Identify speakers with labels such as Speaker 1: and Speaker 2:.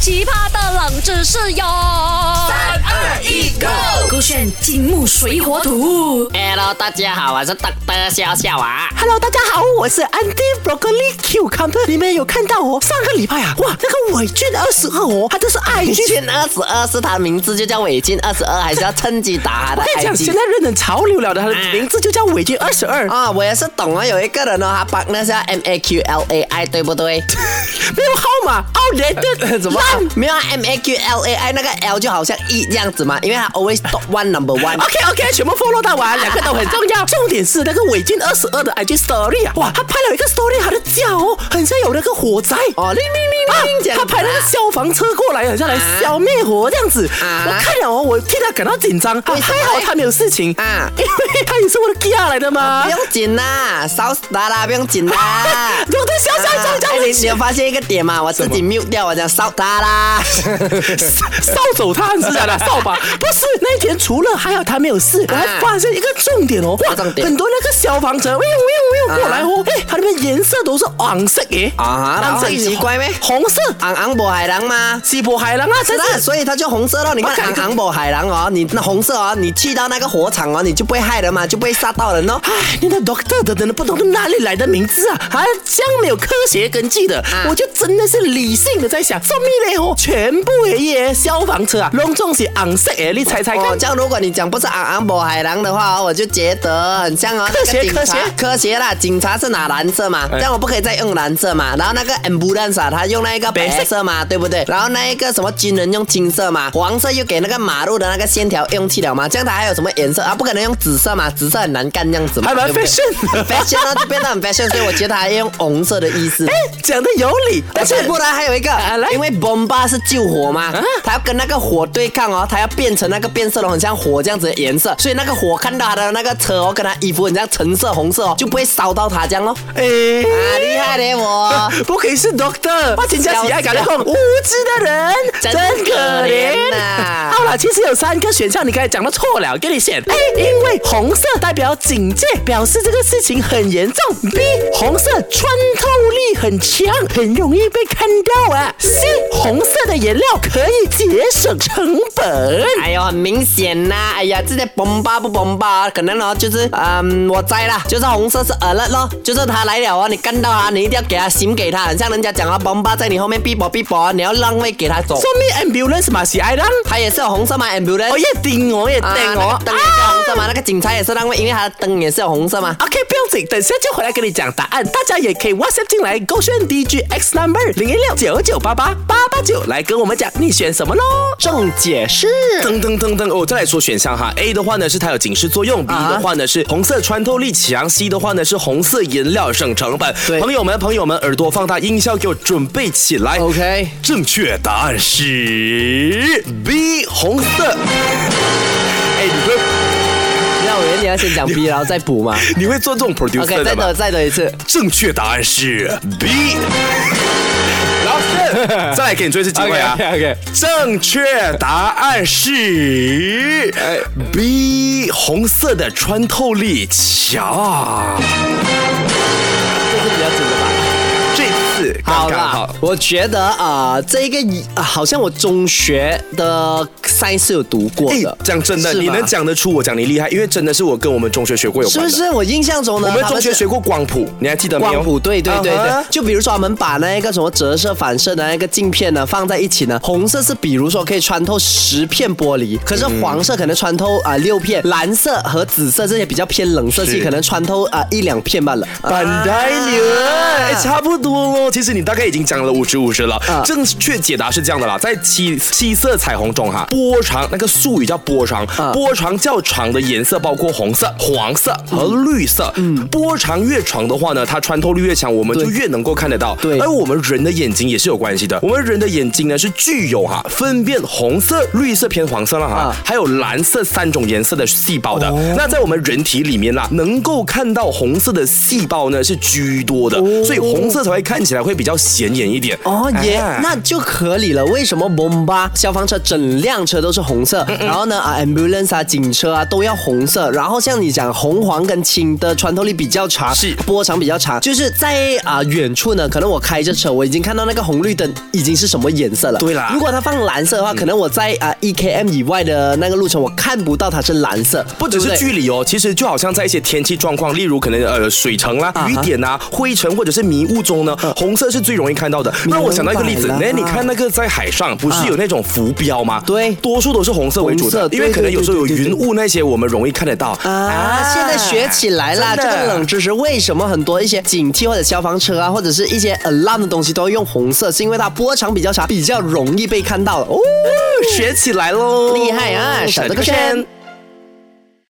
Speaker 1: 奇葩的冷知识哟！三
Speaker 2: 二一，Go！
Speaker 1: 勾选金木水火土。
Speaker 3: Hello，大家好，我是德德笑笑啊。
Speaker 2: Hello，大家好，我是 Andy Broccoli Cucumber。你们有看到哦？上个礼拜啊，哇，那个伟俊二十二哦，他这是爱
Speaker 3: 伟
Speaker 2: 情。
Speaker 3: 俊二十二是他名字就叫伟俊二十二，还是要趁机打他
Speaker 2: 我
Speaker 3: 的
Speaker 2: 跟你讲，现
Speaker 3: IG
Speaker 2: 在日本潮流了的，他的名字就叫伟俊二十二。
Speaker 3: 啊、我也是懂啊，有一个人哦，他帮那叫 M A Q L A I，对不对？
Speaker 2: 没有号码，outdated，
Speaker 3: 怎么
Speaker 2: 烂
Speaker 3: 没有 M A Q L A I 那个 L 就好像 E 这样子嘛，因为他 always top one number one。
Speaker 2: OK OK，全部 follow 到完，两个都很重要。重点是那个伟俊二十二的 IG story 啊，哇，他拍了一个 story，他的脚哦，很像有那个火灾
Speaker 3: 哦，铃铃
Speaker 2: 啊
Speaker 3: 铃铃这样，
Speaker 2: 他拍那个消防车过来，好像来消灭火这样子。
Speaker 3: 啊
Speaker 2: 我看了哦，我替他感到紧张，啊
Speaker 3: 为什么
Speaker 2: 还
Speaker 3: 嘞
Speaker 2: 好他没有事情
Speaker 3: 啊
Speaker 2: 因为他也是我的 Gia 来的嘛。
Speaker 3: 不。用紧啦，烧死他啦，不用紧啦
Speaker 2: 有的小小小小
Speaker 3: 哎你你有发现一个点吗？我自己 mute 掉，我讲烧他啦。
Speaker 2: 扫帚他是 讲的扫把，不是那一天除了还好他没有事，我还发现一个重点哦，哇，
Speaker 3: 啊重点
Speaker 2: 很多那个消防车，喂喂喂过来哦，哎，它那边颜色都是黄色耶，
Speaker 3: 啊然后很奇怪咩
Speaker 2: 红色，
Speaker 3: 昂昂博海狼吗？
Speaker 2: 西伯海狼啊，
Speaker 3: 是
Speaker 2: 真
Speaker 3: 啊，
Speaker 2: 是。
Speaker 3: 所以它就红色咯。你看
Speaker 2: 我看
Speaker 3: 昂昂博海狼哦，你那红色哦，你去到那个火场哦，你就不会害人嘛，就不会杀到人哦。
Speaker 2: 哎，你的 doctor 的人不懂哪里来的名字啊，还这样没有科学根据的，
Speaker 3: 啊
Speaker 2: 我就真的是理性的在想，什么嘞哦，全部耶消防车啊，隆重是昂色耶，你猜猜看
Speaker 3: 哦，，这样如果你讲不是昂昂博海狼的话哦，我就觉得很像哦。
Speaker 2: 科学
Speaker 3: 那个警察
Speaker 2: 科学哎
Speaker 3: 科学啦，警察是拿蓝色嘛，这样我不可以再用蓝色嘛。然后那个 ambulance 啊，他用那一个
Speaker 2: 白
Speaker 3: 白
Speaker 2: 色
Speaker 3: 色嘛，对不对？然后那一个什么军人用金色嘛，黄色又给那个马路的那个线条用去了嘛，这样它还有什么颜色啊？不可能用紫色嘛，紫色很难干这样子嘛，
Speaker 2: 还
Speaker 3: 对
Speaker 2: 蛮
Speaker 3: 不对
Speaker 2: fashion 的
Speaker 3: fashion 哦，就变得很 fashion，所以我觉得还用红色的意思。
Speaker 2: 讲的有理，
Speaker 3: 而
Speaker 2: 但是
Speaker 3: 且啊不然还有一个
Speaker 2: 啊来，
Speaker 3: 因为 bomba 是救火嘛，它要跟那个火对抗哦，它要变成那个变色龙，很像火这样子的颜色，所以那个火看到它的那个车哦，跟它衣服很像橙色、红色哦，就不会烧到它这样咯。
Speaker 2: 哎。
Speaker 3: 啊，厉害嘞我！
Speaker 2: 不可以是 doctor，我请假喜爱搞得很无知的人，
Speaker 3: 真
Speaker 2: 可
Speaker 3: 可
Speaker 2: 怜
Speaker 3: 怜呐
Speaker 2: 好了，其实有三个选项，你刚才讲的错了，给你选 A，因为红色代表警戒，表示这个事情很严重；B，红色穿透力很强，很容易被看到啊；C，红色的颜料可以节省成本。
Speaker 3: 哎呦，很明显呐、哎呀，这些 bomba 不 bomba，啊可能哦，就是嗯，我猜啦，就是红色是 alert 咯，就是它来了哦，你看到它，你一定要给它醒给它，很像人家讲啊，bomba 在你后面 b 啵 b 啵，你要让位给它走。
Speaker 2: 说明 ambulance 嘛，喜爱让，
Speaker 3: 它也是有红色嘛，ambulance
Speaker 2: 我。哦也顶我也顶
Speaker 3: 啊那
Speaker 2: 我
Speaker 3: 个。灯也是红色嘛，那个警察也是让位，因为他的灯也是有红色嘛。
Speaker 2: OK，不用紧，等下就回来跟你讲答案。大家也可以 WhatsApp 进来，勾选 DGX number 零一六九九八八八八九来跟我们讲你选什么喽。
Speaker 3: 正解是
Speaker 4: 噔噔噔噔，哦，再来说选项哈，A 的话呢是它有警示作用，B
Speaker 3: 啊
Speaker 4: 的话呢是红色穿透力强，C 的话呢是红色颜料省成本。
Speaker 3: 对
Speaker 4: 朋友们，朋友们，耳朵放大，音效给我准备起来。
Speaker 3: OK
Speaker 4: 正确答案是 B 红色。哎，你会
Speaker 3: 那我以为你要先讲 B，然后再 补嘛。
Speaker 4: 你会做这种 producer
Speaker 3: OK，再
Speaker 4: 的
Speaker 3: 等
Speaker 4: 吗？
Speaker 3: 再等一次。
Speaker 4: 正确答案是 B。老 师，再来给你最后一次机会啊
Speaker 3: OK，OK，OK
Speaker 4: 正确答案是
Speaker 3: 哎
Speaker 4: B，红色的穿透力强。
Speaker 3: 这是比较准的吧？
Speaker 4: 这次刚
Speaker 3: 好
Speaker 4: 刚
Speaker 3: 啦
Speaker 4: 好，，
Speaker 3: 我觉得啊、呃这一个、呃好像我中学的 science 有读过
Speaker 4: 哎
Speaker 3: 的。，
Speaker 4: 讲真的，
Speaker 3: 是吧
Speaker 4: 你能讲得出，我讲你厉害，因为真的是我跟我们中学学过有
Speaker 3: 是
Speaker 4: 关
Speaker 3: 不
Speaker 4: 的。
Speaker 3: 是？我印象中呢，
Speaker 4: 我们
Speaker 3: 他
Speaker 4: 中学
Speaker 3: 是
Speaker 4: 学过光谱，你还记得没有？
Speaker 3: 光谱，对对对对
Speaker 4: 啊哈
Speaker 3: 就比如说我们把那个什么折射、反射的那个镜片呢放在一起呢，红色是比如说可以穿透十片玻璃，可
Speaker 4: 嗯
Speaker 3: 是黄色可能穿透啊六、片，蓝色和紫色这些比较偏冷色系，
Speaker 4: 是
Speaker 3: 可能穿透啊一两片罢了。
Speaker 4: 板呆牛，哎
Speaker 3: 啊
Speaker 4: 差不多喽。其实你大概已经讲了五十五十了。
Speaker 3: 啊
Speaker 4: 正确解答是这样的啦，在七七色彩虹中哈，波长那个术语叫波长，
Speaker 3: 啊
Speaker 4: 波长较长的颜色包括红色、黄色和绿色。
Speaker 3: 嗯
Speaker 4: 波长越长的话呢，它穿透力越强，我们就越能够看得到。
Speaker 3: 对
Speaker 4: 而我们人的眼睛也是有关系的。我们人的眼睛呢是具有哈分辨红色、绿色偏黄色了哈，
Speaker 3: 啊哦
Speaker 4: 还有蓝色三种颜色的细胞的。那在我们人体里面啦，能够看到红色的细胞呢是居多的，所以红色才会看起来会比较
Speaker 2: 较显眼一点。
Speaker 3: 哦耶
Speaker 2: 啊
Speaker 3: 那就合理了。为什么 bomba 消防车整辆车都是红色？
Speaker 2: 嗯
Speaker 3: 然后呢啊，ambulance 啊，警车啊都要红色。然后像你讲红黄跟青的穿透力比较长，
Speaker 2: 是
Speaker 3: 波长比较长，就是在啊远处呢，可能我开着车，我已经看到那个红绿灯已经是什么颜色了。
Speaker 2: 对啦嗯
Speaker 3: 如果它放蓝色的话，可能我在啊 E K M 以外的那个路程我看不到它是蓝色，
Speaker 2: 不只
Speaker 3: 对
Speaker 2: 是
Speaker 3: 对
Speaker 2: 距离哦，其实就好像在一些天气状况，例如可能呃水城
Speaker 3: 啊
Speaker 2: 啦、
Speaker 3: 哈呃
Speaker 2: 雨点啊、灰尘或者是迷雾中呢，红色是最容易看到的。让我想到一个例
Speaker 3: 白
Speaker 2: 子，
Speaker 3: 啦啊
Speaker 2: 那你看那个在海上不是有那种浮标吗？
Speaker 3: 对
Speaker 2: 多数都是红色为主
Speaker 3: 红色
Speaker 2: 的，
Speaker 3: 对
Speaker 2: 因为可能有时候有
Speaker 3: 对对对
Speaker 2: 云雾那些，我们容易看得到
Speaker 3: 啊，现在学起来啦，这
Speaker 2: 真的
Speaker 3: 个冷知识为什么很多一些警惕或者消防车啊，或者是一些 alarm 的东西都要用红色，是因为它波长比较长，比较容易被看到了哦。
Speaker 2: 学起来喽，哦
Speaker 3: 厉害啊闪
Speaker 2: 闪
Speaker 3: 这个
Speaker 2: 这
Speaker 3: 圈。